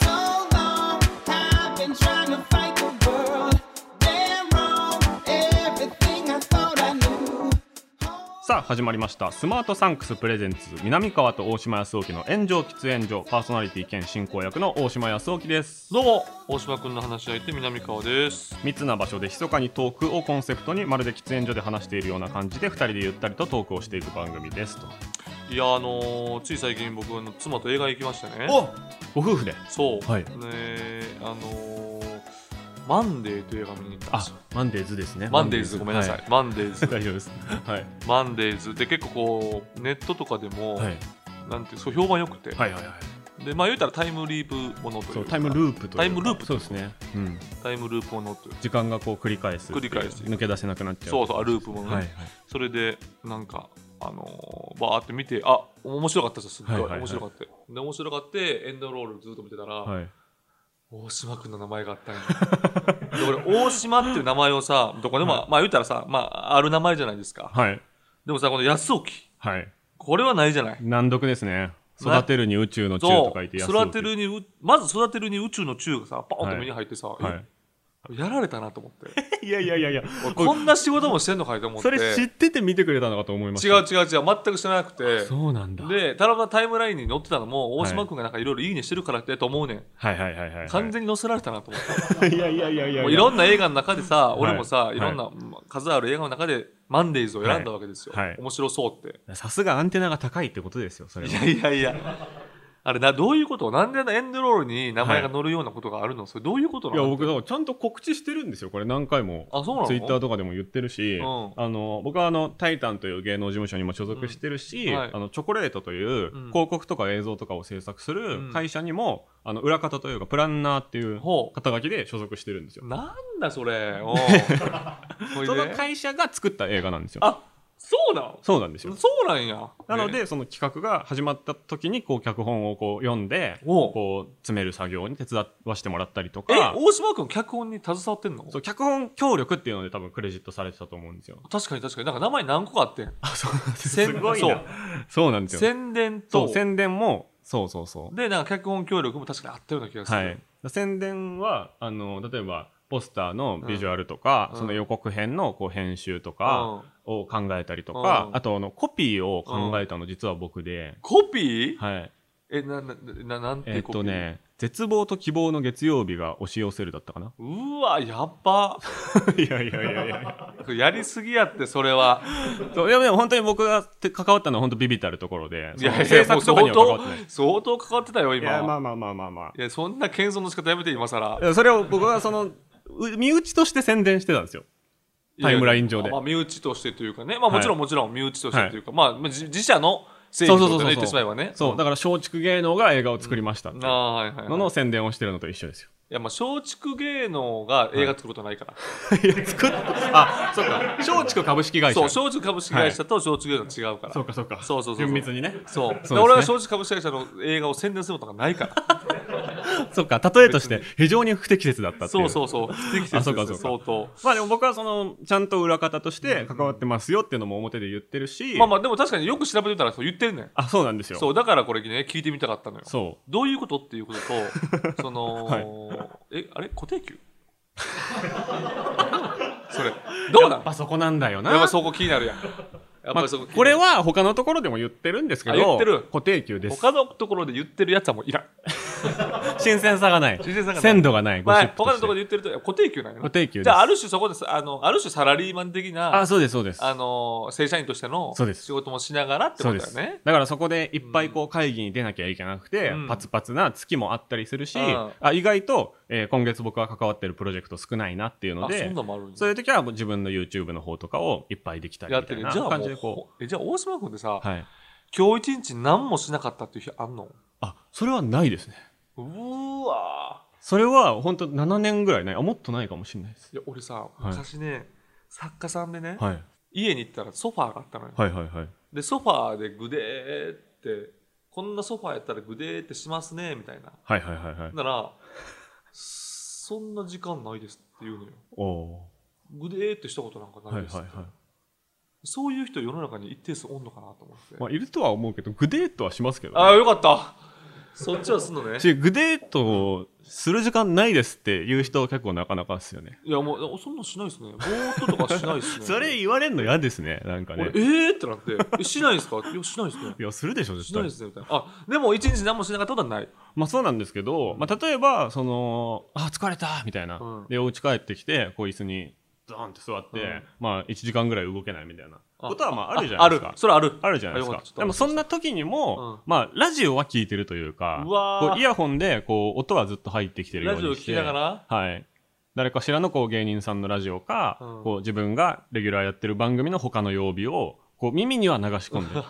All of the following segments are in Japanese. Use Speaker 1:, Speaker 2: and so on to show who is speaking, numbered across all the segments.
Speaker 1: So long, I've been trying to fight the world. Damn wrong, everything I thought I knew. Oh.
Speaker 2: さあ始まりましたスマートサンクスプレゼンツ南川と大島康沖の炎上喫煙所パーソナリティ兼進行役の大島康沖です
Speaker 3: どうも、大島くんの話し相手、南川です。
Speaker 2: 密な場所で密かにトークをコンセプトにまるで喫煙所で話しているような感じで2人でゆったりとトークをしていく番組ですと
Speaker 3: いや、あのー、つい最近僕、あの妻と映画行きましたね。
Speaker 2: お夫婦で
Speaker 3: そう。
Speaker 2: はい
Speaker 3: ねえあのー、マンデーという映画見に行ったんで
Speaker 2: あ
Speaker 3: すよ。
Speaker 2: マンデーズですね
Speaker 3: マンデーズ、ごめんなさい。
Speaker 2: は
Speaker 3: マンデーズ、
Speaker 2: 大丈夫ですはい
Speaker 3: マンデーズ。で、結構こう、ネットとかでも、
Speaker 2: はい
Speaker 3: なんていう、そう評判良くて。
Speaker 2: はいはいはい
Speaker 3: で、まあ言うたらタイムリープものというか。
Speaker 2: そうタイム
Speaker 3: ープ。
Speaker 2: ループというか
Speaker 3: タイムループ
Speaker 2: そうですねうん
Speaker 3: タイムループものという
Speaker 2: 時間がこう繰り返すっていう
Speaker 3: 繰り返す
Speaker 2: 抜け出せなくなっちゃう
Speaker 3: そうそう、あループものね。
Speaker 2: はいはい
Speaker 3: それでなんかあのー、バーって見てあ面白かったですよすっごい、
Speaker 2: はいはいはい
Speaker 3: 面白かったよで面白かったエンドロールずっと見てたら、
Speaker 2: はい
Speaker 3: 大島君の名前があったんやで俺大島っていう名前をさどこでも、まあ言ったらさまあある名前じゃないですか
Speaker 2: はい
Speaker 3: でもさこの安沖
Speaker 2: はい
Speaker 3: これはないじゃない
Speaker 2: 難読ですね
Speaker 3: な
Speaker 2: 育てるに宇宙の宙と
Speaker 3: そ
Speaker 2: 書
Speaker 3: う
Speaker 2: いて安請
Speaker 3: 育てるにうまず育てるに宇宙の宙がさパーンと目に入ってさ、
Speaker 2: は
Speaker 3: えやられたなと思っ て
Speaker 2: い、いやいやいやいや
Speaker 3: 俺こんな仕事もしてんのかいと思って
Speaker 2: それ知ってて見てくれたのかと思いまし
Speaker 3: 違
Speaker 2: た
Speaker 3: う違う違う全く知らなくて
Speaker 2: そうなんだ
Speaker 3: で、ただタイムラインに載ってたのも、
Speaker 2: は
Speaker 3: 大
Speaker 2: い
Speaker 3: 島君がなんかいろいろいいねしてるからってと思うねん。
Speaker 2: はいはいはいはい、はい、
Speaker 3: 完全に載せられたなと思った。
Speaker 2: いやいやいやいや
Speaker 3: もういろんな映画の中でさ、俺もさ、
Speaker 2: はい
Speaker 3: いろんな数ある映画の中で、マンデーズを選んだわけですよ。
Speaker 2: はいはい
Speaker 3: 面白そうって。
Speaker 2: さすがアンテナが高いってことですよそれはい
Speaker 3: やいやいや。あれな、どういうことなんであのエンドロールに名前が載るようなことがあるのそれどういうこと
Speaker 2: い
Speaker 3: な
Speaker 2: や
Speaker 3: の
Speaker 2: 僕だからちゃんと告知してるんですよこれ何回も
Speaker 3: あそうなの
Speaker 2: ツイッターとかでも言ってるし、
Speaker 3: うん
Speaker 2: あの僕はあの「タイタン」という芸能事務所にも所属してるし、
Speaker 3: うんはい
Speaker 2: あのチョコレートという
Speaker 3: うん
Speaker 2: 広告とか映像とかを制作す
Speaker 3: う
Speaker 2: る
Speaker 3: ん
Speaker 2: 会社にも、あの裏方というかプランナーっていう
Speaker 3: ほう
Speaker 2: 肩書きで所属してるんですよ。
Speaker 3: なんだそ れ。おうほいで
Speaker 2: その会社が作った映画なんですよ。
Speaker 3: あ、そうなん
Speaker 2: そうなんですよ。
Speaker 3: そうなんや。
Speaker 2: なので、
Speaker 3: ね、
Speaker 2: その企画が始まった時にこう脚本をこう読んで
Speaker 3: おう
Speaker 2: こう詰める作業に手伝わしてもらったりと
Speaker 3: え、
Speaker 2: か
Speaker 3: 大島君脚本に携わってんの
Speaker 2: そう脚本協力っていうので多分クレジットされてたと思うんですよ。
Speaker 3: 確かに確かに。なんか名前何個かあってん。
Speaker 2: あそうなんです
Speaker 3: 宣そう。
Speaker 2: そうなんですよ。
Speaker 3: 宣伝
Speaker 2: そう
Speaker 3: と
Speaker 2: 宣伝もそうそうそう。
Speaker 3: でなんか脚本協力も確かにあったような気がする、
Speaker 2: はい。宣伝はあの例えばポスターのビジュアルとか、
Speaker 3: うん
Speaker 2: その予告編のこう編集とか
Speaker 3: あ
Speaker 2: を考えたりとか、
Speaker 3: うん
Speaker 2: あとあのコピーを考えたの実は僕で、
Speaker 3: コピー
Speaker 2: はい。
Speaker 3: えななななんて
Speaker 2: え
Speaker 3: い
Speaker 2: っ
Speaker 3: うコピ
Speaker 2: と
Speaker 3: ー
Speaker 2: ね絶望と希望の月曜日が押し寄せるだったかな
Speaker 3: うわやっば
Speaker 2: いやいやいやいや
Speaker 3: これやりすぎやってそれは
Speaker 2: そういやでも本当に僕がて関わったのは本当ビビたるところで
Speaker 3: いやい
Speaker 2: その
Speaker 3: や
Speaker 2: 制
Speaker 3: もう
Speaker 2: 作とかに
Speaker 3: 相
Speaker 2: は関わってない
Speaker 3: 当相当関わってたよ
Speaker 2: い
Speaker 3: 今
Speaker 2: やま
Speaker 3: は
Speaker 2: あまあまあまあまあ
Speaker 3: いやそんな謙遜の仕方やめて今更
Speaker 2: いやそれを僕はそのう身内として宣伝してたんですよタイムライン上で
Speaker 3: いやまあ、身内としてというかねまあもちろんもちろん身内としてというか、まあ自自社の製
Speaker 2: そう
Speaker 3: 品
Speaker 2: そ
Speaker 3: と
Speaker 2: うそうそう
Speaker 3: ね言ってしまえばね
Speaker 2: そうだから松竹芸能が映画を作りましたってい
Speaker 3: あ
Speaker 2: う
Speaker 3: あはいはい、
Speaker 2: の
Speaker 3: はい、い
Speaker 2: の宣伝をしてるのと一緒ですよ
Speaker 3: やまあ松竹芸能が映画作ることないから、
Speaker 2: いや作っあそうか松竹株式会社
Speaker 3: そう松竹株式会社と松竹芸能違うから、
Speaker 2: そうかそうか
Speaker 3: そうそうそうそう
Speaker 2: 厳密にね
Speaker 3: そう。で
Speaker 2: そうですね
Speaker 3: 俺は正直株式会社の映画を宣伝することがな いから。
Speaker 2: そうか例えとして非常に不適切だったってい
Speaker 3: そううそうそう。不適切
Speaker 2: あ
Speaker 3: で
Speaker 2: そ
Speaker 3: す
Speaker 2: う
Speaker 3: ね
Speaker 2: かそうか
Speaker 3: 相当。
Speaker 2: まあでも僕はそのちゃんと裏方として関わってますよっていうのも表で言ってるし、
Speaker 3: まあまあ、でも確かによく調べてたらそう言ってるねん。
Speaker 2: あそうなんですよ
Speaker 3: そう、だからこれね、聞いてみたかったのよ。
Speaker 2: そ
Speaker 3: どういうことっていうこと と、その、
Speaker 2: はい
Speaker 3: え、あれ固定給 それ、どうな
Speaker 2: やっ
Speaker 3: ん
Speaker 2: ぱそこなんだよな
Speaker 3: やっぱそこ気になるやん。やっ
Speaker 2: ま
Speaker 3: ぱり
Speaker 2: あ
Speaker 3: そこ、
Speaker 2: これは他のところでも言ってるんですけど
Speaker 3: あ言ってる
Speaker 2: 固定給です
Speaker 3: 他のところで言ってるやつはもういらん。
Speaker 2: 新鮮さがない
Speaker 3: 新鮮さがない
Speaker 2: 鮮度がないゴ
Speaker 3: ま
Speaker 2: シ
Speaker 3: あ
Speaker 2: ッ、プと
Speaker 3: 他の
Speaker 2: して
Speaker 3: ところで言ってると固定給なんやな。
Speaker 2: 固定給です
Speaker 3: じゃあ、ある種そこでさ、あの、ある種サラリーマン的な。
Speaker 2: あそうですそうです
Speaker 3: あの正社員としての
Speaker 2: そうです
Speaker 3: 仕事もしながらって
Speaker 2: そ
Speaker 3: こ
Speaker 2: う
Speaker 3: と
Speaker 2: で
Speaker 3: だよ
Speaker 2: す
Speaker 3: ね。
Speaker 2: だからそこでいっぱいこう会議に出なきゃいけなくて、
Speaker 3: うん
Speaker 2: パツパツな月もあったりするし、
Speaker 3: うん
Speaker 2: あ意外と、えー今月僕が関わってるプロジェクト少ないなっていうの
Speaker 3: あそ
Speaker 2: で
Speaker 3: んなんもあるん
Speaker 2: そう
Speaker 3: や
Speaker 2: いう時はもう自分の YouTube の方とかをいっぱいできたり
Speaker 3: や
Speaker 2: み
Speaker 3: ったて
Speaker 2: い
Speaker 3: る
Speaker 2: な
Speaker 3: じゃあ
Speaker 2: 感
Speaker 3: も
Speaker 2: じ
Speaker 3: う
Speaker 2: でこ
Speaker 3: えじゃあ大島君ってさ、
Speaker 2: う、はい、
Speaker 3: 今日一日何もしなかったっていう日あんの
Speaker 2: あそれはないですね
Speaker 3: うーわ
Speaker 2: それは本当7年ぐらいないあもっとないかもしれないです
Speaker 3: ーいや俺さ
Speaker 2: い
Speaker 3: 昔ね、作家さんでね、
Speaker 2: はい
Speaker 3: 家に行ったらソファーがあったのよ、
Speaker 2: はいはいはい
Speaker 3: でソファーでぐでーってこんなソファーやったらグデーってしますねみたいな
Speaker 2: はいはいはいはい
Speaker 3: だからそんな時間ないですって言うのよ
Speaker 2: おお
Speaker 3: グデーってしたことなんか
Speaker 2: ーは
Speaker 3: ないいです、
Speaker 2: はいは
Speaker 3: そういう人世の中に一定数おんのかなと思って、
Speaker 2: いまあいるとは思うけどグデートはしますけど、
Speaker 3: ああーよかったそっちはすんのね
Speaker 2: しグデートをする時間ないですって言う人結構なかなかですよね
Speaker 3: いやもうそんなんしないですねぼーっととかしないですね
Speaker 2: それ言われるの嫌ですねなんか
Speaker 3: 俺
Speaker 2: ね
Speaker 3: えーってなってえしないですかいやしないですね
Speaker 2: いやするでしょ絶
Speaker 3: しない
Speaker 2: 対
Speaker 3: ですねみたいなあでも一日何もしなかったことはない
Speaker 2: まあそうなんですけど、まあ、例えばその「あ疲れた」みたいな、
Speaker 3: うん
Speaker 2: でお家帰ってきてこう椅子にドーンって座って、
Speaker 3: うん
Speaker 2: まあ1時間ぐらい動けないみたいな
Speaker 3: あ
Speaker 2: ことはまああるじゃないです
Speaker 3: あ
Speaker 2: か
Speaker 3: る。それある
Speaker 2: あるじゃないです
Speaker 3: あよ
Speaker 2: か
Speaker 3: かったちょっと
Speaker 2: でもそんな時にも、
Speaker 3: う
Speaker 2: まあラジオは聞いてるというか
Speaker 3: うわー
Speaker 2: こうイヤホンでこう音はずっと入ってきてるよう
Speaker 3: ラジオ
Speaker 2: に
Speaker 3: 聞
Speaker 2: して
Speaker 3: きながら
Speaker 2: はい、誰かしらのこう芸人さんのラジオか、
Speaker 3: うん
Speaker 2: こう自分がレギュラーやってる番組の他の曜日をこう耳には流し込ん で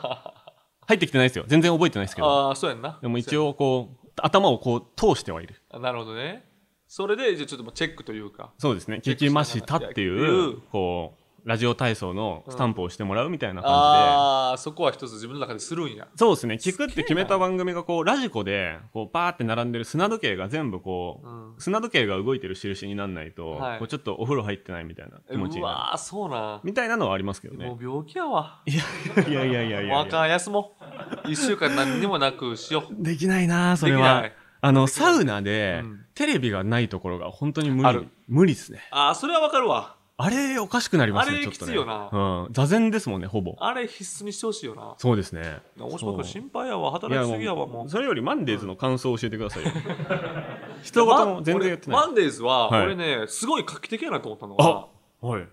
Speaker 2: 入ってきてないですよ全然覚えてないですけど
Speaker 3: ああそうやんな
Speaker 2: でも一応こう頭をこう通してはいる
Speaker 3: あなるほどねそれでじゃあちょっとまあチェックというか
Speaker 2: そうですね
Speaker 3: チェ
Speaker 2: 聞
Speaker 3: ック
Speaker 2: き
Speaker 3: しなが
Speaker 2: ま
Speaker 3: ら
Speaker 2: したってい
Speaker 3: やって
Speaker 2: う
Speaker 3: いう
Speaker 2: こうラジオ体操のスタンプを押してもらうみたいな感じで。
Speaker 3: ああそこは一つ自分の中でするんや
Speaker 2: そうですね聞くって決めた番組がこうラジコでこうバーって並んでる砂時計が全部こう、
Speaker 3: うん
Speaker 2: 砂時計が動いてる印にならないと、
Speaker 3: はい
Speaker 2: こうちょっとお風呂入ってないみたいな気持ちに
Speaker 3: う
Speaker 2: なる
Speaker 3: わーそうなん
Speaker 2: みたいなのはありますけどね。
Speaker 3: もう病気やわ
Speaker 2: いやいやいやいやい
Speaker 3: もうあ
Speaker 2: や
Speaker 3: かん休もう1週間何にもなくしよう
Speaker 2: できないなあそれ
Speaker 3: で
Speaker 2: は
Speaker 3: きない
Speaker 2: あのサウナで
Speaker 3: うん
Speaker 2: テレビがないところが本当に無
Speaker 3: あ
Speaker 2: 理
Speaker 3: る
Speaker 2: 無理ですね
Speaker 3: ああそれはわかるわ
Speaker 2: あれおかしくなりますね
Speaker 3: あれ
Speaker 2: ちょっとね
Speaker 3: きついよな
Speaker 2: うん、座禅ですもんねほぼ
Speaker 3: あれ必須にしてほしいよな
Speaker 2: そうですね
Speaker 3: 大島
Speaker 2: そ
Speaker 3: 君
Speaker 2: う
Speaker 3: 心配やわ働きすぎやわもう
Speaker 2: それよりマンデーズの感想を教えてください よ人事も全然やってない
Speaker 3: マンデーズは、
Speaker 2: はい
Speaker 3: 俺ねすごい画期的やなと思ったのが
Speaker 2: はいなんだ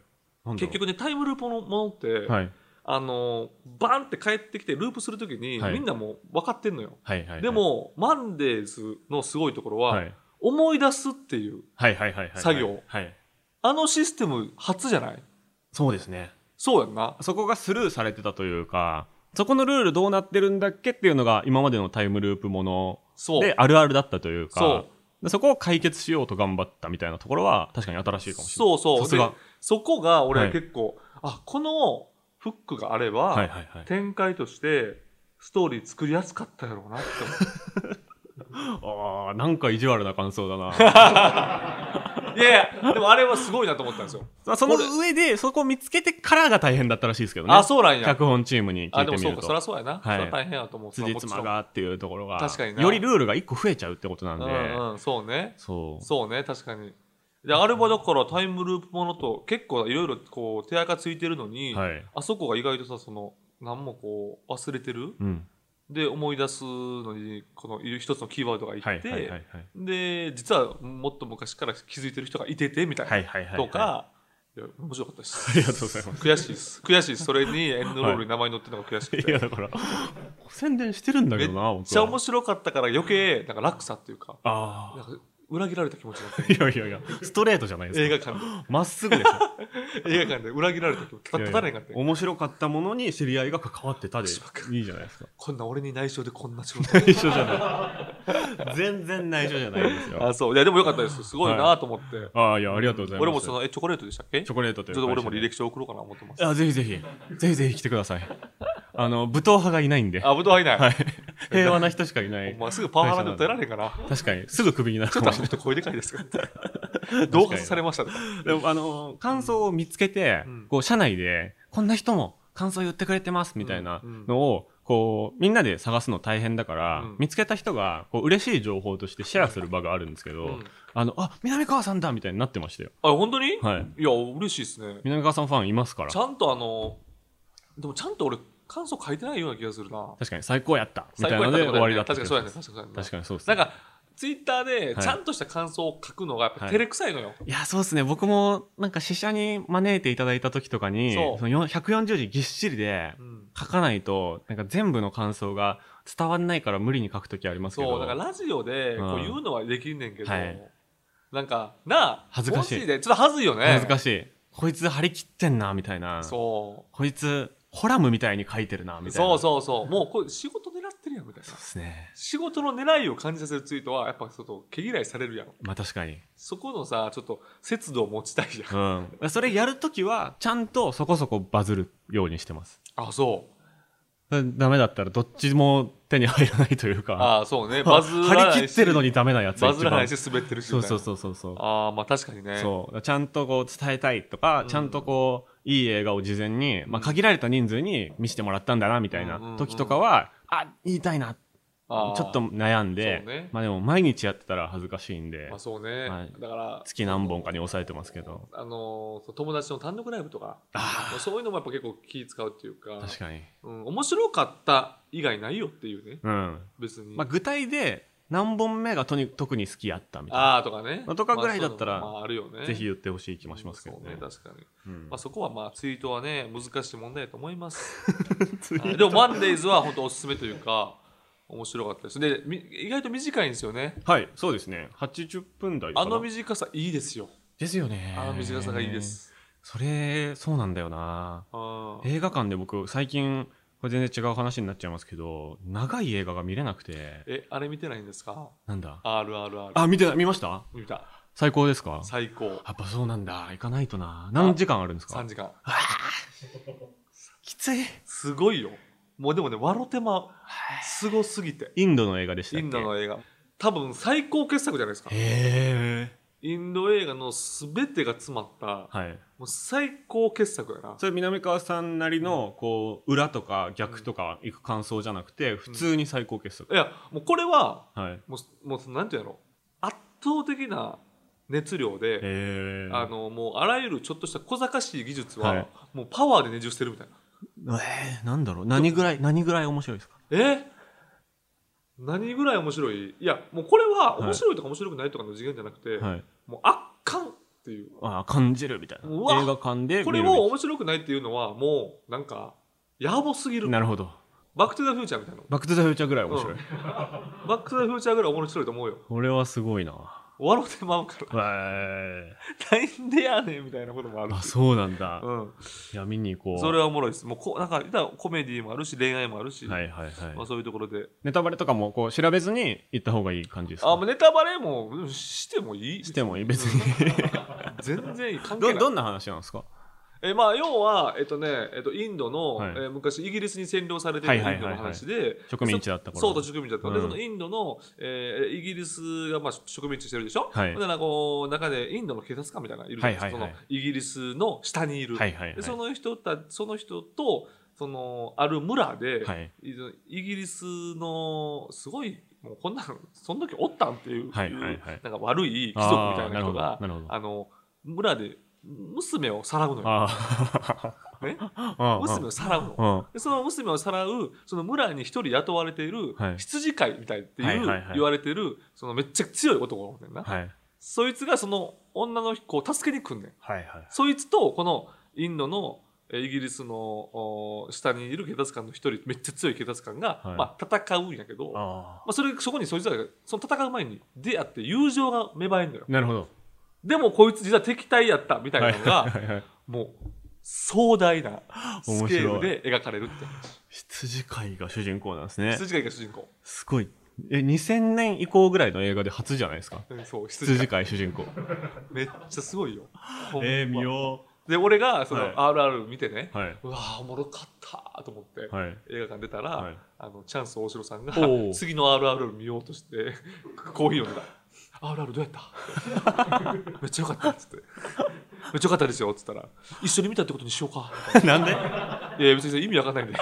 Speaker 2: ろ
Speaker 3: 結
Speaker 2: う
Speaker 3: 局ねタイムループのものって、
Speaker 2: はい
Speaker 3: あのバンって帰ってきてループするときに、
Speaker 2: はい
Speaker 3: みんなもう分かってんのよ、
Speaker 2: はいはいはい
Speaker 3: でもマンデーズのすごいところは、
Speaker 2: はい
Speaker 3: 思い出すっていう
Speaker 2: はいはいはいはい
Speaker 3: 作業
Speaker 2: はい
Speaker 3: あのシステム初じゃない
Speaker 2: そうですね
Speaker 3: そうやんな
Speaker 2: そこがスルーされてたというかそこのルールどうなってるんだっけっていうのが今までのタイムループもの
Speaker 3: そう
Speaker 2: であるあるだったというか
Speaker 3: そ
Speaker 2: でそこを解決しようと頑張ったみたいなところは確かに新しいかもしれない
Speaker 3: そうそう
Speaker 2: さすが
Speaker 3: でそこが俺
Speaker 2: はい
Speaker 3: 結構、あこのフックがあれば、
Speaker 2: はいはいはい
Speaker 3: 展開としてストーリー作りやすかったやろうなって思う
Speaker 2: あーなんか意地悪な感想だ な
Speaker 3: いやいや、でもあれはすごいなと思ったんですよ。
Speaker 2: まあその上でそこを見つけてからが大変だったらしいですけどね
Speaker 3: あ、そうなんや。
Speaker 2: 脚本チームに聞
Speaker 3: あ、
Speaker 2: い
Speaker 3: で
Speaker 2: て
Speaker 3: も
Speaker 2: み
Speaker 3: そう
Speaker 2: る
Speaker 3: か、
Speaker 2: と
Speaker 3: そりゃそうやな。
Speaker 2: はい
Speaker 3: そりゃ大変やと思う。
Speaker 2: 辻褄がっていうところが
Speaker 3: 確かにな
Speaker 2: よりルールが1個増えちゃうってことなん
Speaker 3: も
Speaker 2: で、
Speaker 3: ちろん。うんうん、そうね。
Speaker 2: そう
Speaker 3: そうね、確かに。で、あれはだからタイムループものと結構いろいろこう手垢ついてるのに、
Speaker 2: はい
Speaker 3: あそこが意外とさ、その、何もこう忘れてる。
Speaker 2: うん
Speaker 3: で、思い出すのに、この一つのキーワードがいて、
Speaker 2: はいはいはいはい
Speaker 3: で、実はもっと昔から気づいてる人がいてて、みたいな。
Speaker 2: はいはいはい
Speaker 3: とか、いや、面白かったです。
Speaker 2: ありがとうございます
Speaker 3: 悔しいです。悔しいです。それにエンドロールに名前載ってるのが悔 しく
Speaker 2: い
Speaker 3: て。
Speaker 2: やだから宣伝してるんだ
Speaker 3: め
Speaker 2: け
Speaker 3: っ
Speaker 2: どな僕
Speaker 3: ちゃ
Speaker 2: は
Speaker 3: 面白かったから余計、なんか落差っていうか、
Speaker 2: あ
Speaker 3: なんか裏切られた気持ちにな って
Speaker 2: あいやいやいやストレートじゃないですか
Speaker 3: 映画館
Speaker 2: まっすぐですよ
Speaker 3: で、映画館で裏切られた気持ち、 た立たれへんかったよ
Speaker 2: 面白かったものに知り合いが関わってたで
Speaker 3: しばく
Speaker 2: いいじゃない ですか
Speaker 3: こんな俺に内緒でこんな仕事。
Speaker 2: 一緒じゃない全然内緒じゃないですよ
Speaker 3: あ、そう。いや、でもよかったです。すごい
Speaker 2: は
Speaker 3: なと思って。
Speaker 2: ああいやありがとうございます
Speaker 3: 俺もその、え、チョコレートでしたっけ
Speaker 2: チョコレートという
Speaker 3: ちょっと俺も
Speaker 2: 会社
Speaker 3: 履
Speaker 2: で
Speaker 3: 歴書送ろうかな思ってます。
Speaker 2: あぜひぜひぜひぜひ来てくださいあの武闘派がいないんで、は
Speaker 3: あ、ぶどうはいない。
Speaker 2: い、平和な人しかいない
Speaker 3: お前すぐパワハラで訴えられへんかな。
Speaker 2: 確かにすぐクビになる
Speaker 3: ちょ
Speaker 2: か
Speaker 3: っと
Speaker 2: もし
Speaker 3: あの
Speaker 2: れ
Speaker 3: 人声でかいですかって。同喝されましたと か。
Speaker 2: ないでもあの感想を見つけて、
Speaker 3: うん
Speaker 2: こう社内でこんな人も感想言ってくれてますみたいな
Speaker 3: うんうん
Speaker 2: のをこうみんなで探すの大変だから、
Speaker 3: うん
Speaker 2: 見つけた人がこう嬉しい情報としてシェアする場があるんですけど、
Speaker 3: うん
Speaker 2: あのあ南川さんだみたいになってましたよ
Speaker 3: あ、本当に
Speaker 2: はい
Speaker 3: いや、嬉しいですね。
Speaker 2: 南川さんファンいますから
Speaker 3: ちゃんとあの、でもちゃんと俺、感想書いてないような気がするな。
Speaker 2: 確かに最高やったみたい
Speaker 3: や
Speaker 2: なの
Speaker 3: った
Speaker 2: で
Speaker 3: とこ
Speaker 2: 終わりだった
Speaker 3: 確かにそうやね。
Speaker 2: 気が
Speaker 3: 確かにそうやね。
Speaker 2: します確かにそうです
Speaker 3: な
Speaker 2: ね
Speaker 3: んか、ツイッターで
Speaker 2: はい
Speaker 3: ちゃんとした感想を書くのがやっぱ
Speaker 2: はい
Speaker 3: 照れくさいのよ。
Speaker 2: いやそうですね僕もなんか試写に招いていただいた時とかに
Speaker 3: そう
Speaker 2: その4 140字ぎっしりで
Speaker 3: うん
Speaker 2: 書かないとなんか全部の感想が伝わんないから無理に書く時ありますけど
Speaker 3: そう、だからラジオでこ
Speaker 2: う
Speaker 3: うん言うのはできんねんけど、
Speaker 2: はい
Speaker 3: なんか、なあ、
Speaker 2: 恥ずかしい
Speaker 3: 文字でちょっと恥ずいよね。
Speaker 2: 恥ずか
Speaker 3: しい。
Speaker 2: しい、こいつ張り切ってんなみたいな
Speaker 3: そ
Speaker 2: こいつホラムみたいに書いてるな
Speaker 3: う。
Speaker 2: みたいな
Speaker 3: そうそうそう。もうこれ仕事狙ってるやんみたいな
Speaker 2: で。すね
Speaker 3: 仕事の狙いを感じさせるツイートはやっぱちょっと毛嫌いされるやん。
Speaker 2: まあ確かに、
Speaker 3: そこのさ、ちょっと節度を持ちたいじゃん。
Speaker 2: うん、それやるときはちゃんとそこそこバズるようにしてます
Speaker 3: あ、そ
Speaker 2: ダメだったらどっちも手に入らないというか
Speaker 3: ああそうね
Speaker 2: は
Speaker 3: バズら
Speaker 2: 張
Speaker 3: ない
Speaker 2: り切ってるのにダメなやつが
Speaker 3: バ
Speaker 2: 一
Speaker 3: ズらな
Speaker 2: 番
Speaker 3: いし滑ってるし
Speaker 2: そうそう
Speaker 3: う
Speaker 2: そうそうそう
Speaker 3: ああまあ確かにね
Speaker 2: そうちゃんとこう伝えたいとか、ちゃんとこういい映画を事前に、まあ、限られた人数に見せてもらったんだなみたい
Speaker 3: うんうんう
Speaker 2: なん時とかは、あ言いたいなち
Speaker 3: あ
Speaker 2: ょ
Speaker 3: あ
Speaker 2: っと悩んで、
Speaker 3: そうね
Speaker 2: まあでも毎日やってたら恥ずかしいんで
Speaker 3: まあそうね、
Speaker 2: はい
Speaker 3: だから
Speaker 2: 月何本かに抑えてますけど
Speaker 3: あのー友達の単独ライブとかそういうのもやっぱ結構気使うっていうか
Speaker 2: 確かに、
Speaker 3: うん、面白かった以外ないよっていうね
Speaker 2: うん
Speaker 3: 別に、
Speaker 2: まあ、具体で何本目がとに特に好きやったみたいな、
Speaker 3: ああとかね
Speaker 2: とかぐらいだったら
Speaker 3: まあそういうのもまあ、あるよね
Speaker 2: ぜひ言ってほしい気もしますけど
Speaker 3: そう
Speaker 2: ね
Speaker 3: ね確かに、
Speaker 2: うん
Speaker 3: まあ、そこはまあツイートはね難しい問題だと思います
Speaker 2: ツイート
Speaker 3: はいでもマンデーズは本当おすすめというか面白かったですでみ意外と短いんですよね
Speaker 2: はいそうですね80分台か
Speaker 3: あ
Speaker 2: な
Speaker 3: の短さいいですよ
Speaker 2: ですよね
Speaker 3: あの短さがいいです、
Speaker 2: それそうなんだよな
Speaker 3: あー
Speaker 2: 映画館で僕最近これ全然違う話になっちゃいますけど長い映画が見れなくて
Speaker 3: えあれ見てないんですか
Speaker 2: なんだ
Speaker 3: RRR
Speaker 2: あ見て見ました
Speaker 3: 見た
Speaker 2: 最高ですか
Speaker 3: 最高
Speaker 2: やっぱそうなんだ行かないとな何時間あるんですか
Speaker 3: 3時間
Speaker 2: きつい
Speaker 3: すごいよもうでもね笑てますごすぎて
Speaker 2: インドの映画でしたっ
Speaker 3: イ
Speaker 2: け
Speaker 3: ンドの映画多分最高傑作じゃないですか
Speaker 2: へえ
Speaker 3: インド映画の全てが詰まった
Speaker 2: はい
Speaker 3: もう最高傑作やな
Speaker 2: それ南川さんなりのこう裏とか逆とか行く感想じゃなくて普通に最高傑作、
Speaker 3: いやもうこれは
Speaker 2: はいへ
Speaker 3: もうもうなんていうの圧倒的な熱量で
Speaker 2: え
Speaker 3: あのもうあらゆるちょっとした小賢しい技術は、
Speaker 2: はい
Speaker 3: もうパワーでねじ伏せるみたいな
Speaker 2: えー、なんだろう何ぐらい何ぐらい面白いですか
Speaker 3: え何ぐらい面白いいやもうこれはい面白いとか面白くないとかの次元じゃなくて、
Speaker 2: はい
Speaker 3: もう圧巻っていう
Speaker 2: あー感じるみたいな
Speaker 3: うわ
Speaker 2: 映画館で
Speaker 3: こ
Speaker 2: 見
Speaker 3: れ
Speaker 2: るべき
Speaker 3: を面白くないっていうのはもうなんかやぼすぎる
Speaker 2: なるほど
Speaker 3: バック・トゥ・ザ・フューチャーみたいな
Speaker 2: バック・トゥ・ザ・フューチャーぐらい面白い、
Speaker 3: うんバック・トゥ・ザ・フューチャーぐらい面白いと思うよ
Speaker 2: これはすごいな
Speaker 3: 笑ってまうから
Speaker 2: へ
Speaker 3: なんでやねんみたいなこともある
Speaker 2: あそうなんだ、
Speaker 3: うん、
Speaker 2: いや見に行こう
Speaker 3: それはおもろいですもうこうなんか言ったらコメディもあるし恋愛もあるし、
Speaker 2: はいはいはい、
Speaker 3: まあ、そういうところで
Speaker 2: ネタバレとかもこう調べずに行った方がいい感じです
Speaker 3: あ
Speaker 2: か
Speaker 3: もうネタバレもうんしてもいい
Speaker 2: してもいい別に
Speaker 3: 全然いい関係
Speaker 2: ど
Speaker 3: ない
Speaker 2: どんな話なんですか
Speaker 3: えまあ要は、えっとねえっと、インドの、
Speaker 2: はい
Speaker 3: えー昔イギリスに占領されてるイン
Speaker 2: はいはい
Speaker 3: ド
Speaker 2: はいは
Speaker 3: の
Speaker 2: い
Speaker 3: 話で
Speaker 2: 植民地だった頃
Speaker 3: そうそうと植民地だった、
Speaker 2: うん
Speaker 3: でそのインドの、えーイギリスが、まあ、植民地してるでしょ、
Speaker 2: はい
Speaker 3: だからこう中でインドの警察官みたいなのいるじゃないです
Speaker 2: は
Speaker 3: か、
Speaker 2: いはいはい
Speaker 3: そのイギリスの下にいる、
Speaker 2: はいはいはい
Speaker 3: でその人たその人とそのある村で、
Speaker 2: はい
Speaker 3: イギリスのすごいもうこんなんその時おったんっていう、
Speaker 2: はいはいはい
Speaker 3: なんか悪い貴族みたいな人が
Speaker 2: あーなるほどなるほど
Speaker 3: あの村で娘をさらうのよ。
Speaker 2: あ
Speaker 3: ね、
Speaker 2: ああ
Speaker 3: 娘をさらう
Speaker 2: う
Speaker 3: の。
Speaker 2: ん
Speaker 3: でその娘をさらうその村に一人雇われている
Speaker 2: はい
Speaker 3: 羊飼いみたいっていう、
Speaker 2: はいはいはい
Speaker 3: 言われてるそのめっちゃ強い男がおんねんな、
Speaker 2: はい
Speaker 3: そいつがその女の子を助けに来んねん
Speaker 2: はいはい
Speaker 3: そいつとこのインドのえーイギリスのお下にいる警察官の一人めっちゃ強い警察官が、
Speaker 2: はい
Speaker 3: まあ、戦うんやけど
Speaker 2: あ
Speaker 3: まあ、それそこにそいつらがその戦う前に出会って友情が芽生えんのよ
Speaker 2: あなるほど
Speaker 3: でもこいつ実は敵対やったみたいなのが、
Speaker 2: はいはいはい
Speaker 3: もう壮大なス
Speaker 2: 面白い
Speaker 3: ケールで描かれるって話
Speaker 2: 羊飼いが主人公なんですね
Speaker 3: 羊飼いが主人公
Speaker 2: すごいえ2000年以降ぐらいの映画で初じゃないですか
Speaker 3: うんそう羊飼
Speaker 2: 羊
Speaker 3: い
Speaker 2: 飼い主人公
Speaker 3: めっちゃすごいよほんま
Speaker 2: えー、見よ
Speaker 3: で俺がその
Speaker 2: はい
Speaker 3: RR 見てね、
Speaker 2: うはいう
Speaker 3: わーおもろかったと思って、
Speaker 2: はい
Speaker 3: 映画館出たら、
Speaker 2: はい
Speaker 3: あのチャンス大城さんが
Speaker 2: おう
Speaker 3: 次の RR 見ようとして コーヒー飲んでた RR どうやった ってめっちゃよかったっつってめっちゃよかったですよっつったら一緒に見たってことにしようか
Speaker 2: なんで
Speaker 3: いや別に意味わかんないんで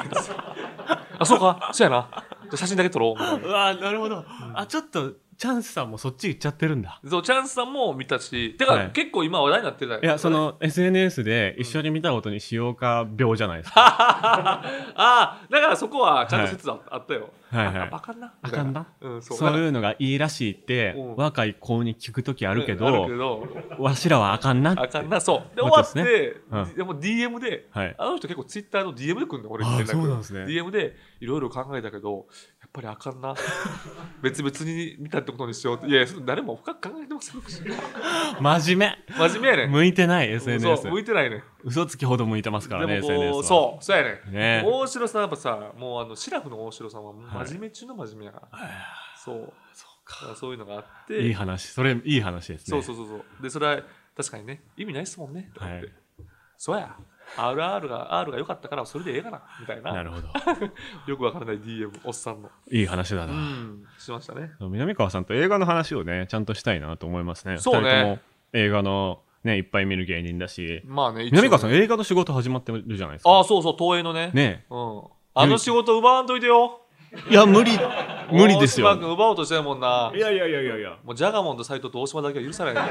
Speaker 3: あそうかそうやなじゃあ写真だけ撮ろうみたいな
Speaker 2: うわなるほど、あちょっとチャンスさんもそっち行っちゃってるんだ
Speaker 3: そうチャンスさんも見たしてか、
Speaker 2: はい
Speaker 3: 結構今話題になってたよ
Speaker 2: いやその SNS で一緒に見たことにしようか病じゃないですか
Speaker 3: ああだからそこはちゃんと説ああったよ、
Speaker 2: はいはい
Speaker 3: あバカんな
Speaker 2: あかんな
Speaker 3: みたいうん、そう
Speaker 2: そういうのがいいらしいって
Speaker 3: うん
Speaker 2: 若い子に聞く時あ
Speaker 3: あ
Speaker 2: るけど
Speaker 3: あるけど
Speaker 2: わしらはあかんな
Speaker 3: あ
Speaker 2: って
Speaker 3: かんなそうで
Speaker 2: こ
Speaker 3: 終
Speaker 2: と
Speaker 3: わ
Speaker 2: で
Speaker 3: っ
Speaker 2: すね
Speaker 3: て、
Speaker 2: うん
Speaker 3: でもう DM で、
Speaker 2: はい
Speaker 3: あの人結構ツイッターの DM で来るんだよ俺
Speaker 2: あ
Speaker 3: に
Speaker 2: ー
Speaker 3: 連絡
Speaker 2: そうなんですね
Speaker 3: DM でいろいろ考えたけどやっぱりあかんな 別々に見たってことにしようっていやいやそれ誰も深く考えてま せ
Speaker 2: 真
Speaker 3: ん
Speaker 2: 面
Speaker 3: 真面目やね
Speaker 2: 目
Speaker 3: ん
Speaker 2: 向いてない
Speaker 3: そ
Speaker 2: SNS
Speaker 3: う向いてないねん
Speaker 2: 嘘つきほど向いてますからね
Speaker 3: でもこう
Speaker 2: SNS は
Speaker 3: そうそうやねん
Speaker 2: ね
Speaker 3: 大城さんやっぱさもうあのシラフの大城さんはもう
Speaker 2: はい
Speaker 3: 真面目中の真面目やから、そうそうそういうのがあって
Speaker 2: いい話それいい話ですね
Speaker 3: そうそうそうそうでそれは確かにね意味ないっすもんねと思って、
Speaker 2: はい
Speaker 3: そうや RR が R が良かったからそれでええかなみたいな
Speaker 2: なるほど。
Speaker 3: よくわからない DM おっさんの
Speaker 2: いい話だ
Speaker 3: う
Speaker 2: な。
Speaker 3: んしましたね
Speaker 2: 南川さんと映画の話をね、ちゃんとしたいなと思いますね。
Speaker 3: そうね
Speaker 2: 二人とも映画のね、いっぱい見る芸人だし。
Speaker 3: まあね一応
Speaker 2: 南川さん、映画の仕事始まってるじゃないですか。
Speaker 3: ああそうそう東映のね
Speaker 2: ね
Speaker 3: うんあの仕事奪わんといてよ
Speaker 2: えいや、無理、無理です
Speaker 3: 大島
Speaker 2: よ。
Speaker 3: 君奪おうとしてるもんない
Speaker 2: やいやいやいやいや。
Speaker 3: もうジャガモンと斎藤と大島だけは許さない ね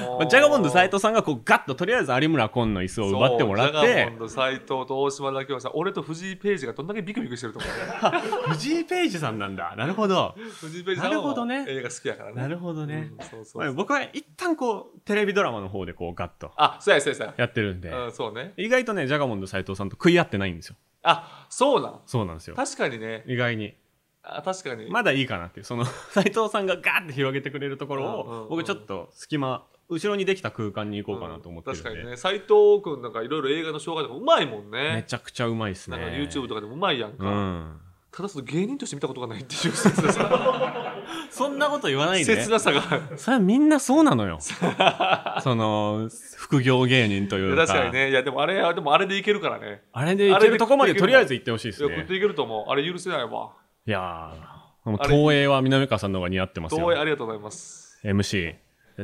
Speaker 3: も
Speaker 2: まあ
Speaker 3: う
Speaker 2: ジャガモンド斎藤さんがこうガッととりあえず有村昆の椅子を奪ってもらっ
Speaker 3: そうジャガモ
Speaker 2: て
Speaker 3: ンと斎藤と大島だけはさ俺と藤井ページがどんだけビクビクしてると思う
Speaker 2: 藤井ページさんなんだなるほど
Speaker 3: 藤井ページ
Speaker 2: なるほど
Speaker 3: さん
Speaker 2: ね
Speaker 3: も映画好きやからね
Speaker 2: なるほどね
Speaker 3: うんそうそう
Speaker 2: まあ僕は一旦こうテレビドラマの方でこうガッと
Speaker 3: あそうやそうやそうや
Speaker 2: やってるんで
Speaker 3: うん、そうね。
Speaker 2: 意外とねジャガモンド斎藤さんと食い合ってないんですよ
Speaker 3: あ、そうなん。
Speaker 2: そうなんですよ
Speaker 3: 確かにね。
Speaker 2: 意外に
Speaker 3: あ確かに。
Speaker 2: まだいいかなっていうその 斎藤さんがガーって広げてくれるところ
Speaker 3: うんうんう
Speaker 2: を
Speaker 3: ん
Speaker 2: 僕ちょっと隙間後ろにできた空間に行こうかなと思ってるん
Speaker 3: 確か
Speaker 2: で
Speaker 3: にね。斎藤君なんかいろいろ映画の紹介とかうまいもん
Speaker 2: め
Speaker 3: ね。
Speaker 2: ちゃくちゃうまいです
Speaker 3: な
Speaker 2: ね
Speaker 3: んか YouTube とかでもうまいやんか。
Speaker 2: うん
Speaker 3: ただその芸人として見たことがないっていう切なさ。
Speaker 2: そんなこと言わないで
Speaker 3: 切なさが。
Speaker 2: それはみんなそうなの よその副業芸人と
Speaker 3: い
Speaker 2: い
Speaker 3: や
Speaker 2: うか
Speaker 3: 確かにね。いやでもあれ、でもあれでいけるからね。
Speaker 2: あれでいけるとこまでとりあえず行ってほしいで
Speaker 3: い
Speaker 2: す
Speaker 3: や、食っ
Speaker 2: ね
Speaker 3: ていけると思う。あれ許せないわ。
Speaker 2: いやーもう東映は南川さんの方が似合ってます
Speaker 3: 東映あ
Speaker 2: よ
Speaker 3: りがとうございます。
Speaker 2: MC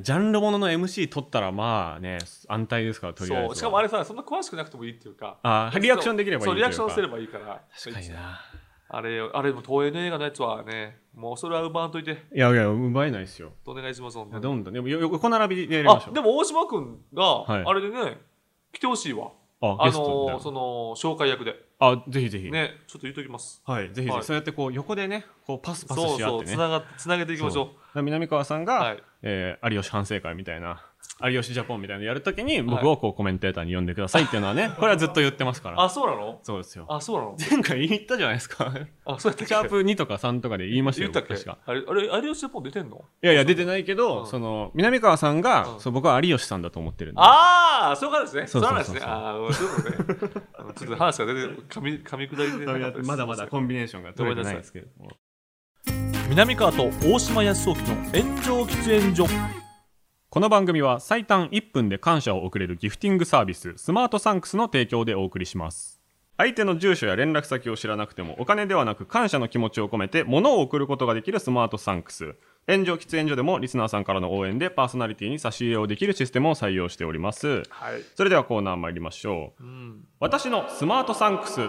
Speaker 2: ジャンルものの MC 取ったらまあね安泰ですからとりあえず
Speaker 3: そ
Speaker 2: は
Speaker 3: う。しかもあれさ、そんな詳しくなくてもいいっていうか。
Speaker 2: あーリアクションできればいい
Speaker 3: そう、リアクションすれ
Speaker 2: ば
Speaker 3: ばいいから。
Speaker 2: 確かにな
Speaker 3: あれ、あれ、でも東映の映画のやつはね、もうそれは奪わんといて。
Speaker 2: いやいや奪えないですよ
Speaker 3: お願いします、ほん
Speaker 2: い
Speaker 3: と
Speaker 2: や
Speaker 3: に
Speaker 2: どんどんでもよ横並びでやりまし
Speaker 3: あ
Speaker 2: ょう
Speaker 3: でも大島君が
Speaker 2: はい
Speaker 3: あれでね、来てほしいわ
Speaker 2: あゲ
Speaker 3: あの
Speaker 2: スト
Speaker 3: ーその紹介役で
Speaker 2: あぜひぜひ、
Speaker 3: ねちょっと言っときます
Speaker 2: はいぜひぜひ、
Speaker 3: はい
Speaker 2: そうやってこう横でねこうパスパス
Speaker 3: そう
Speaker 2: し合
Speaker 3: そ
Speaker 2: っ
Speaker 3: う
Speaker 2: て
Speaker 3: つ
Speaker 2: ね
Speaker 3: ながつなげていきましょ
Speaker 2: そう南川さんが、
Speaker 3: うはい
Speaker 2: えー有吉反省会みたいな有吉ジャポンみたいなのやるときに僕をこうコメンテーターに呼んでくださいっていうのはねこれはずっと言ってますから
Speaker 3: あそうなの
Speaker 2: そうですよ
Speaker 3: あそうなの
Speaker 2: 前回言ったじゃないですか
Speaker 3: あそうやった っけ
Speaker 2: シャープ2とか3とかで言いました
Speaker 3: 言
Speaker 2: よ
Speaker 3: ったっけ
Speaker 2: 確か
Speaker 3: あれあれ有吉ジャポン出てんの
Speaker 2: いやいや出てないけど、
Speaker 3: うん
Speaker 2: その南川さんが、
Speaker 3: うん
Speaker 2: そう僕は有吉さんだと思ってるんで
Speaker 3: ああそういうことですね
Speaker 2: そ
Speaker 3: そうう
Speaker 2: そ
Speaker 3: な
Speaker 2: うんそう
Speaker 3: で
Speaker 2: そ
Speaker 3: す
Speaker 2: う
Speaker 3: ねああそういうことねあのちょっと話が出て噛み 噛み下りでなかったです
Speaker 2: まだまだコンビネーションが取れてないですけども
Speaker 3: 南川と大島康雄の炎上喫煙所
Speaker 2: この番組は最短1分で感謝を送れるギフティングサービススマートサンクスの提供でお送りします相手の住所や連絡先を知らなくてもお金ではなく感謝の気持ちを込めて物を送ることができるスマートサンクス炎上喫煙所でもリスナーさんからの応援でパーソナリティに差し入れをできるシステムを採用しております
Speaker 3: はい
Speaker 2: それではコーナー参りましょう
Speaker 3: うん
Speaker 2: 私のスマートサンクス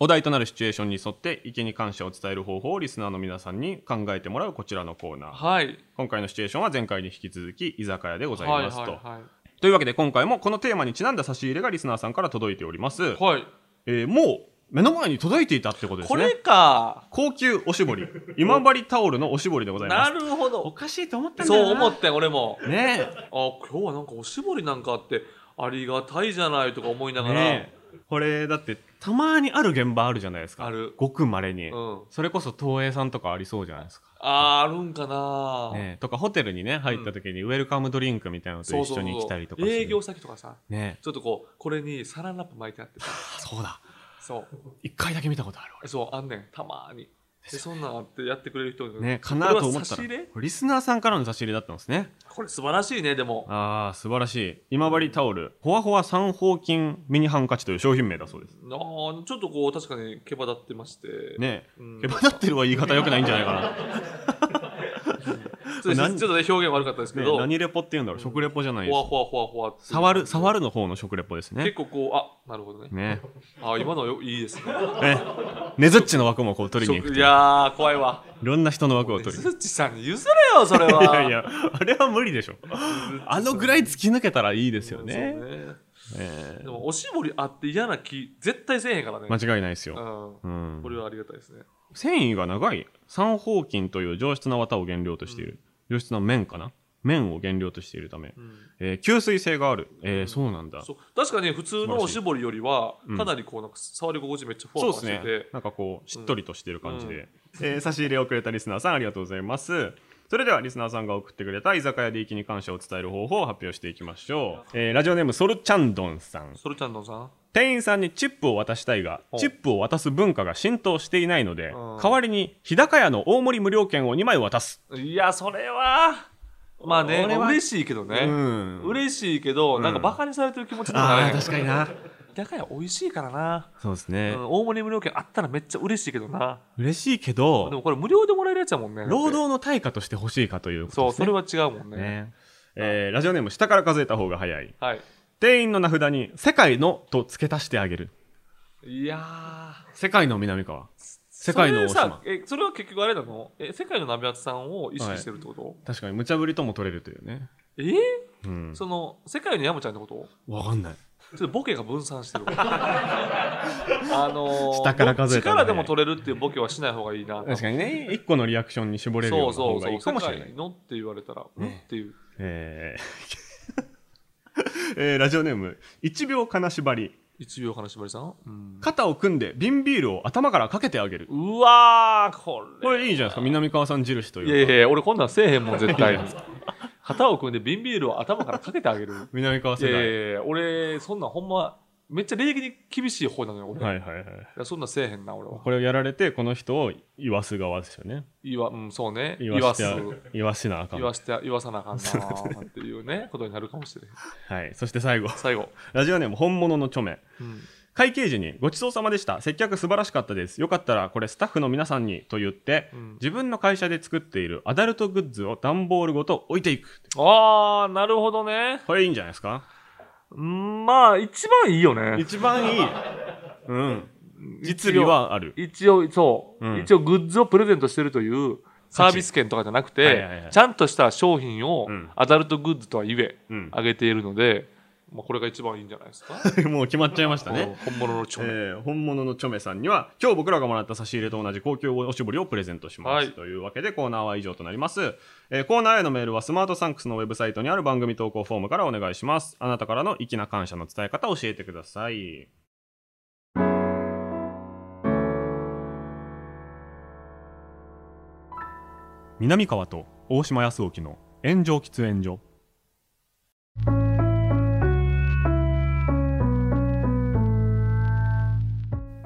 Speaker 2: お題となるシチュエーションに沿って意見に感謝を伝える方法をリスナーの皆さんに考えてもらうこちらのコーナー
Speaker 3: はい
Speaker 2: 今回のシチュエーションは前回に引き続き居酒屋でござい
Speaker 3: はいはい
Speaker 2: ますと、
Speaker 3: はい
Speaker 2: というわけで今回もこのテーマにちなんだ差し入れがリスナーさんから届いております、
Speaker 3: はい
Speaker 2: えーもう目の前に届いていたってことです
Speaker 3: こ
Speaker 2: ね
Speaker 3: れか
Speaker 2: 高級おしぼり今治タオルのおしぼりでございま
Speaker 3: な
Speaker 2: す
Speaker 3: るほど
Speaker 2: かしいと思った
Speaker 3: そう思
Speaker 2: っ
Speaker 3: ってん俺も
Speaker 2: てね
Speaker 3: あ今日はなんかおしぼりなんかあってありがたいじゃないとか思いな
Speaker 2: え
Speaker 3: がら、
Speaker 2: ねえこれだってたまにある現場あるじゃないですか
Speaker 3: ある
Speaker 2: ごくまれに、
Speaker 3: うん
Speaker 2: それこそ東映さんとかありそうじゃないですか
Speaker 3: あーあるんかな、
Speaker 2: ねえ、とかホテルにね入った時にウェルカムドリンクみたいなのと
Speaker 3: そう
Speaker 2: 一
Speaker 3: そう
Speaker 2: 緒
Speaker 3: そう
Speaker 2: に来たりとかする
Speaker 3: 営業先とかさ
Speaker 2: ねえ
Speaker 3: ちょっとこうこれにサランラップ巻いてあってさ
Speaker 2: あそうだ
Speaker 3: そ
Speaker 2: 一回だけ見たことある
Speaker 3: うそうあんねんたまーにでそんなんあってやってくれる人に
Speaker 2: ね、かなと思
Speaker 3: これ
Speaker 2: っ
Speaker 3: は差
Speaker 2: た
Speaker 3: し
Speaker 2: ら
Speaker 3: 入れ
Speaker 2: これリスナーさんからの差し入れだったんですね
Speaker 3: これ素晴らしいねでも
Speaker 2: ああ素晴らしい今治タオルほわほわ三方筋ミニハンカチという商品名だそうです
Speaker 3: あーちょっとこう確かに毛羽立ってまして
Speaker 2: ねえ
Speaker 3: うん
Speaker 2: えばだってるは言い方よくないんじゃないかな、
Speaker 3: ちょっと
Speaker 2: 何
Speaker 3: ちょっとね表現悪かったですけ
Speaker 2: ね
Speaker 3: ど、
Speaker 2: 何レポっていうんだろう食レポじゃないで
Speaker 3: ほわ
Speaker 2: す
Speaker 3: ほわほわほわって
Speaker 2: 触る触るの方の食レポですね
Speaker 3: 結構こうあなるほどね
Speaker 2: ね
Speaker 3: あ今のよいいですね
Speaker 2: ねねずっちの枠もこう取りに行く
Speaker 3: 食
Speaker 2: とい
Speaker 3: い
Speaker 2: うい
Speaker 3: やー怖いわ
Speaker 2: ろんな人の枠を取りに
Speaker 3: 鈴木さんに譲れよそれは
Speaker 2: いやいやあれは無理でしょあのぐらい突き抜けたらいいですよね
Speaker 3: そうね
Speaker 2: え
Speaker 3: でもおしぼりあって嫌な気絶対せえへんからね、
Speaker 2: え間違いないですよ、
Speaker 3: う、
Speaker 2: うんん
Speaker 3: こ、れはありがたいですね
Speaker 2: 繊維が長い三方筋という上質な綿を原料としている、上質な綿かな綿を原料としているため、えー吸水性がある、えーそうなんだ
Speaker 3: そう確かに普通のおしぼりよりはかなりこうなんか触り心地めっちゃふわ
Speaker 2: そう
Speaker 3: ふ
Speaker 2: で
Speaker 3: わし
Speaker 2: す
Speaker 3: てて
Speaker 2: ね、なんかこうしっとりとしてる感じで、えー差し入れをくれたリスナーさんありがとうございますそれではリスナーさんが送ってくれた居酒屋で行きに感謝を伝える方法を発表していきましょう、えーラジオネームソルチャンドンさん
Speaker 3: それちゃんのさん
Speaker 2: 店員さんにチップを渡したいが
Speaker 3: お
Speaker 2: チップを渡す文化が浸透していないので
Speaker 3: うん
Speaker 2: 代わりに日高屋の大盛り無料券を2枚渡す
Speaker 3: いやそれはまあね
Speaker 2: 俺は
Speaker 3: 嬉しいけどね、
Speaker 2: うん
Speaker 3: 嬉しいけどなんか
Speaker 2: うん
Speaker 3: バカにされてる気持ちとか
Speaker 2: あ
Speaker 3: ね
Speaker 2: あ、確かにな。
Speaker 3: だから美味しいからな、
Speaker 2: そうです
Speaker 3: う
Speaker 2: ね。
Speaker 3: ん、大盛り無料券あったらめっちゃ嬉しいけどな
Speaker 2: 嬉しいけ
Speaker 3: で
Speaker 2: ど、
Speaker 3: もこれ無料でもらえるやつやもんねだって
Speaker 2: 労働の対価として欲しいかということ
Speaker 3: そう
Speaker 2: です
Speaker 3: そ
Speaker 2: ね。
Speaker 3: れは違うもんね
Speaker 2: ね。えーラジオネーム下から数えた方が早い。
Speaker 3: はい
Speaker 2: 店員の名札に「世界の」と付け足してあげる。
Speaker 3: いやー
Speaker 2: 世界の南川。世界の大
Speaker 3: それさ
Speaker 2: 島。
Speaker 3: えそれは結局あれなのえ世界の鍋厚さんを意識してるってこと、
Speaker 2: 確かに無茶ぶりとも取れるというね。
Speaker 3: え
Speaker 2: うん。
Speaker 3: その世界の山ちゃんってこと
Speaker 2: わかんない。
Speaker 3: ちょっとボケが分散 してるあのー
Speaker 2: 下から数えたらね
Speaker 3: 力でも取れるっていうボケはしない方がいいな
Speaker 2: 確かにね、一個のリアクションに絞れるよう
Speaker 3: そ
Speaker 2: な
Speaker 3: うそ
Speaker 2: 方が
Speaker 3: うそ
Speaker 2: いういかもしれ
Speaker 3: 世
Speaker 2: な
Speaker 3: 界
Speaker 2: い。
Speaker 3: のって言われたら、うんっていう
Speaker 2: えー えーラジオネーム1秒金縛り
Speaker 3: 一秒金縛りさん、うん
Speaker 2: 肩を組んで瓶ビールを頭からかけてあげる
Speaker 3: うわーこれ
Speaker 2: これいいじゃないですか南川さん印という
Speaker 3: い
Speaker 2: か
Speaker 3: やいやいや俺こんなんせえへんもん絶対に 旗を組んで瓶ビールを頭からかけてあげる
Speaker 2: 南川
Speaker 3: い
Speaker 2: 世
Speaker 3: やい
Speaker 2: 代
Speaker 3: やいや俺そんなんほんまめっちゃ礼儀に厳しい方なのよ俺、い
Speaker 2: はいはいはい
Speaker 3: やそんなんせえへんな俺は
Speaker 2: これをやられてこの人を言わす側ですよね
Speaker 3: いわうんそうね言
Speaker 2: 言
Speaker 3: わ
Speaker 2: わ
Speaker 3: す
Speaker 2: して言わしなあかん
Speaker 3: 言わして言わさなあかんな ーっていうねことになるかもしれん
Speaker 2: はい、そして最後
Speaker 3: 最後、
Speaker 2: ラジオネーム本物の著名
Speaker 3: うん
Speaker 2: 会計時に「ごちそうさまでした接客素晴らしかったですよかったらこれスタッフの皆さんに」と言って、
Speaker 3: うん
Speaker 2: 自分の会社で作っているアダルトグッズを段ボールごと置いていく
Speaker 3: ああなるほどね
Speaker 2: これいいんじゃないですか
Speaker 3: うんまあ一番いいよね
Speaker 2: 一番いい、 うん、実利はある
Speaker 3: 一応そう、
Speaker 2: うん
Speaker 3: 一応グッズをプレゼントしてるというサービス券とかじゃなくて、
Speaker 2: はいはいはい
Speaker 3: ちゃんとした商品を
Speaker 2: うん
Speaker 3: アダルトグッズとは言え、
Speaker 2: うん
Speaker 3: あげているので、まあ、これが一番いいんじゃないですか、
Speaker 2: もう決まっちゃいましたね、
Speaker 3: 本物のチョメ、
Speaker 2: えー本物のチョメさんには今日僕らがもらった差し入れと同じ高級おしぼりをプレゼントします、
Speaker 3: はい
Speaker 2: というわけでコーナーは以上となります、えーコーナーへのメールはスマートサンクスのウェブサイトにある番組投稿フォームからお願いしますあなたからの粋な感謝の伝え方を教えてください南川と大島康沖の炎上喫煙所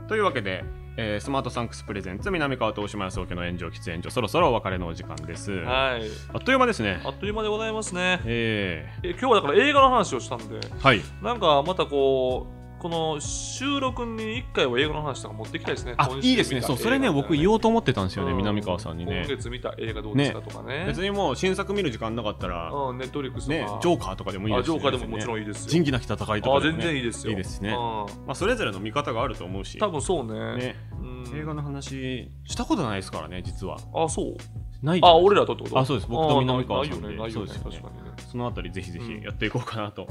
Speaker 2: というわけで、えースマートサンクスプレゼンツ南川と大島康沖の炎上喫煙所そろそろお別れのお時間ですあ
Speaker 3: はい
Speaker 2: っという間ですね
Speaker 3: あっという間でございますね
Speaker 2: え
Speaker 3: え今日はだから映画の話をしたんで
Speaker 2: ー、はい
Speaker 3: なんかまたこうこの収録に1回は映画の話とか持ってきたいですね
Speaker 2: あいいですねそうそれね僕言
Speaker 3: おう
Speaker 2: おうと思ってたんですよね
Speaker 3: ん
Speaker 2: 南川さんにね
Speaker 3: 今月見た映画どうでしたとかね
Speaker 2: 別にもう新作見る時間なかったら、
Speaker 3: うん、ネットフリックスとか、
Speaker 2: ね、ジョーカーとかでもいい
Speaker 3: あ
Speaker 2: です
Speaker 3: ジョーカーでももちろん
Speaker 2: いい
Speaker 3: いいですよ。
Speaker 2: 仁義なき戦いとか
Speaker 3: あ
Speaker 2: でも、ね、
Speaker 3: 全然いいですよ。
Speaker 2: いいですしね
Speaker 3: うん
Speaker 2: まあ、それぞれの見方があると思うし
Speaker 3: 多分そうね。
Speaker 2: ね、
Speaker 3: うん
Speaker 2: 映画の話したことないですからね実は
Speaker 3: あ、そう。
Speaker 2: ないじゃ
Speaker 3: あ、
Speaker 2: ない
Speaker 3: 俺らとってこと
Speaker 2: あそうです僕と南川さんで
Speaker 3: あないないよ
Speaker 2: そう
Speaker 3: ね、ない
Speaker 2: で
Speaker 3: よ
Speaker 2: す
Speaker 3: ね、
Speaker 2: よね
Speaker 3: 確かにね。
Speaker 2: そのあたりぜひぜ
Speaker 3: うん
Speaker 2: ひやっていこうかなと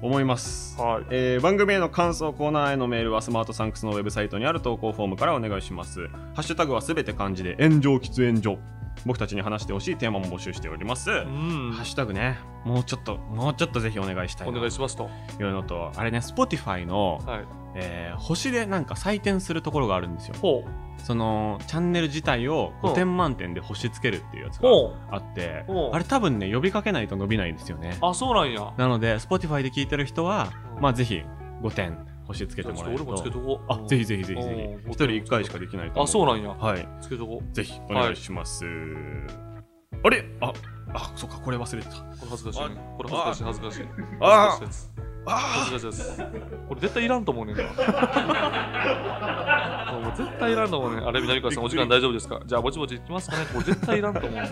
Speaker 2: 思います、
Speaker 3: はい。
Speaker 2: えー番組への感想コーナーへのメールはスマートサンクスのウェブサイトにある投稿フォームからお願いしますハッシュタグはすべて漢字で炎上喫煙所僕たちに話してほしいテーマも募集しております、
Speaker 3: うん
Speaker 2: ハッシュタグねもうちょっともうちょっとぜひお願いしたい
Speaker 3: お
Speaker 2: な
Speaker 3: 願いしますと。は
Speaker 2: というのとあれね Spotify の、
Speaker 3: い。
Speaker 2: えー星でなんか採点するところがあるんですよ
Speaker 3: ほう。
Speaker 2: そのチャンネル自体を
Speaker 3: うん
Speaker 2: 5点満点で星つけるっていうやつが
Speaker 3: ほ
Speaker 2: あって
Speaker 3: うん
Speaker 2: あれ多分ね呼びかけないと伸びないんですよね
Speaker 3: う。あ、そうなんや。
Speaker 2: なので Spotify で聞いてる人は
Speaker 3: うん
Speaker 2: まあぜひ5点星つけ
Speaker 3: ち
Speaker 2: て
Speaker 3: ょっ
Speaker 2: も
Speaker 3: と
Speaker 2: らえ
Speaker 3: 俺
Speaker 2: る
Speaker 3: もつけ
Speaker 2: と
Speaker 3: とこう。
Speaker 2: あぜひぜひぜひぜ
Speaker 3: うん
Speaker 2: ひ一人1回しかできないと思
Speaker 3: あ、そう
Speaker 2: う
Speaker 3: なんや。
Speaker 2: はい
Speaker 3: つけとこう。
Speaker 2: ぜひお願いします、あれああそっかこれ忘れてた
Speaker 3: これ恥ずかしいね。これ
Speaker 2: あ
Speaker 3: 恥ずかしい、恥ずかしい。
Speaker 2: あ
Speaker 3: 恥ずかしいやつ
Speaker 2: あ
Speaker 3: 恥ずかしいやつ。これ絶対いらんと思うねんな。もう絶対いらんと思うねん。あれ、南川さん、お時間大丈夫ですかじゃあ、ぼちぼち行きますかね。これ絶対いらんと思うねん。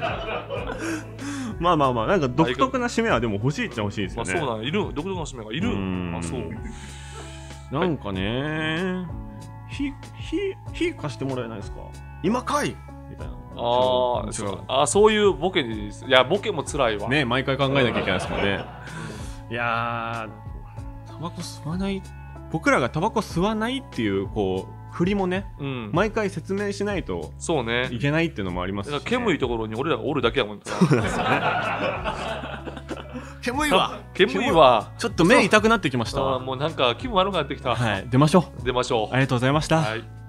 Speaker 2: まあまあまあなんか独特な締めはでも欲しいっちゃ欲しいです
Speaker 3: ま
Speaker 2: よ
Speaker 3: あ
Speaker 2: ね、
Speaker 3: そうなんやいる独特の使命がいる
Speaker 2: うん
Speaker 3: あそう
Speaker 2: なんかね、ひ、ひ、ひ貸してもらえないですか今かいみたいな。
Speaker 3: あー
Speaker 2: 違
Speaker 3: そう
Speaker 2: う。
Speaker 3: あそういうボケにいやボケも辛いわ、
Speaker 2: ね毎回考えなきゃいけないですもんね。いやー、タバコ吸わない、僕らがタバコ吸わないっていう、こう、振りもね、
Speaker 3: うん、
Speaker 2: 毎回説明しないと
Speaker 3: そうね
Speaker 2: いけないっていうのもありま
Speaker 3: だ
Speaker 2: す
Speaker 3: か
Speaker 2: し、
Speaker 3: ら
Speaker 2: ね。
Speaker 3: 煙いところに俺らがおるだけやも んな
Speaker 2: 煙は
Speaker 3: 煙は
Speaker 2: ちょっと目痛くなってきました
Speaker 3: あー
Speaker 2: わ。
Speaker 3: もうなんか気分悪くなってきた、
Speaker 2: はい、出ましょう。
Speaker 3: 出ましょう
Speaker 2: ありがとうございました。
Speaker 3: はい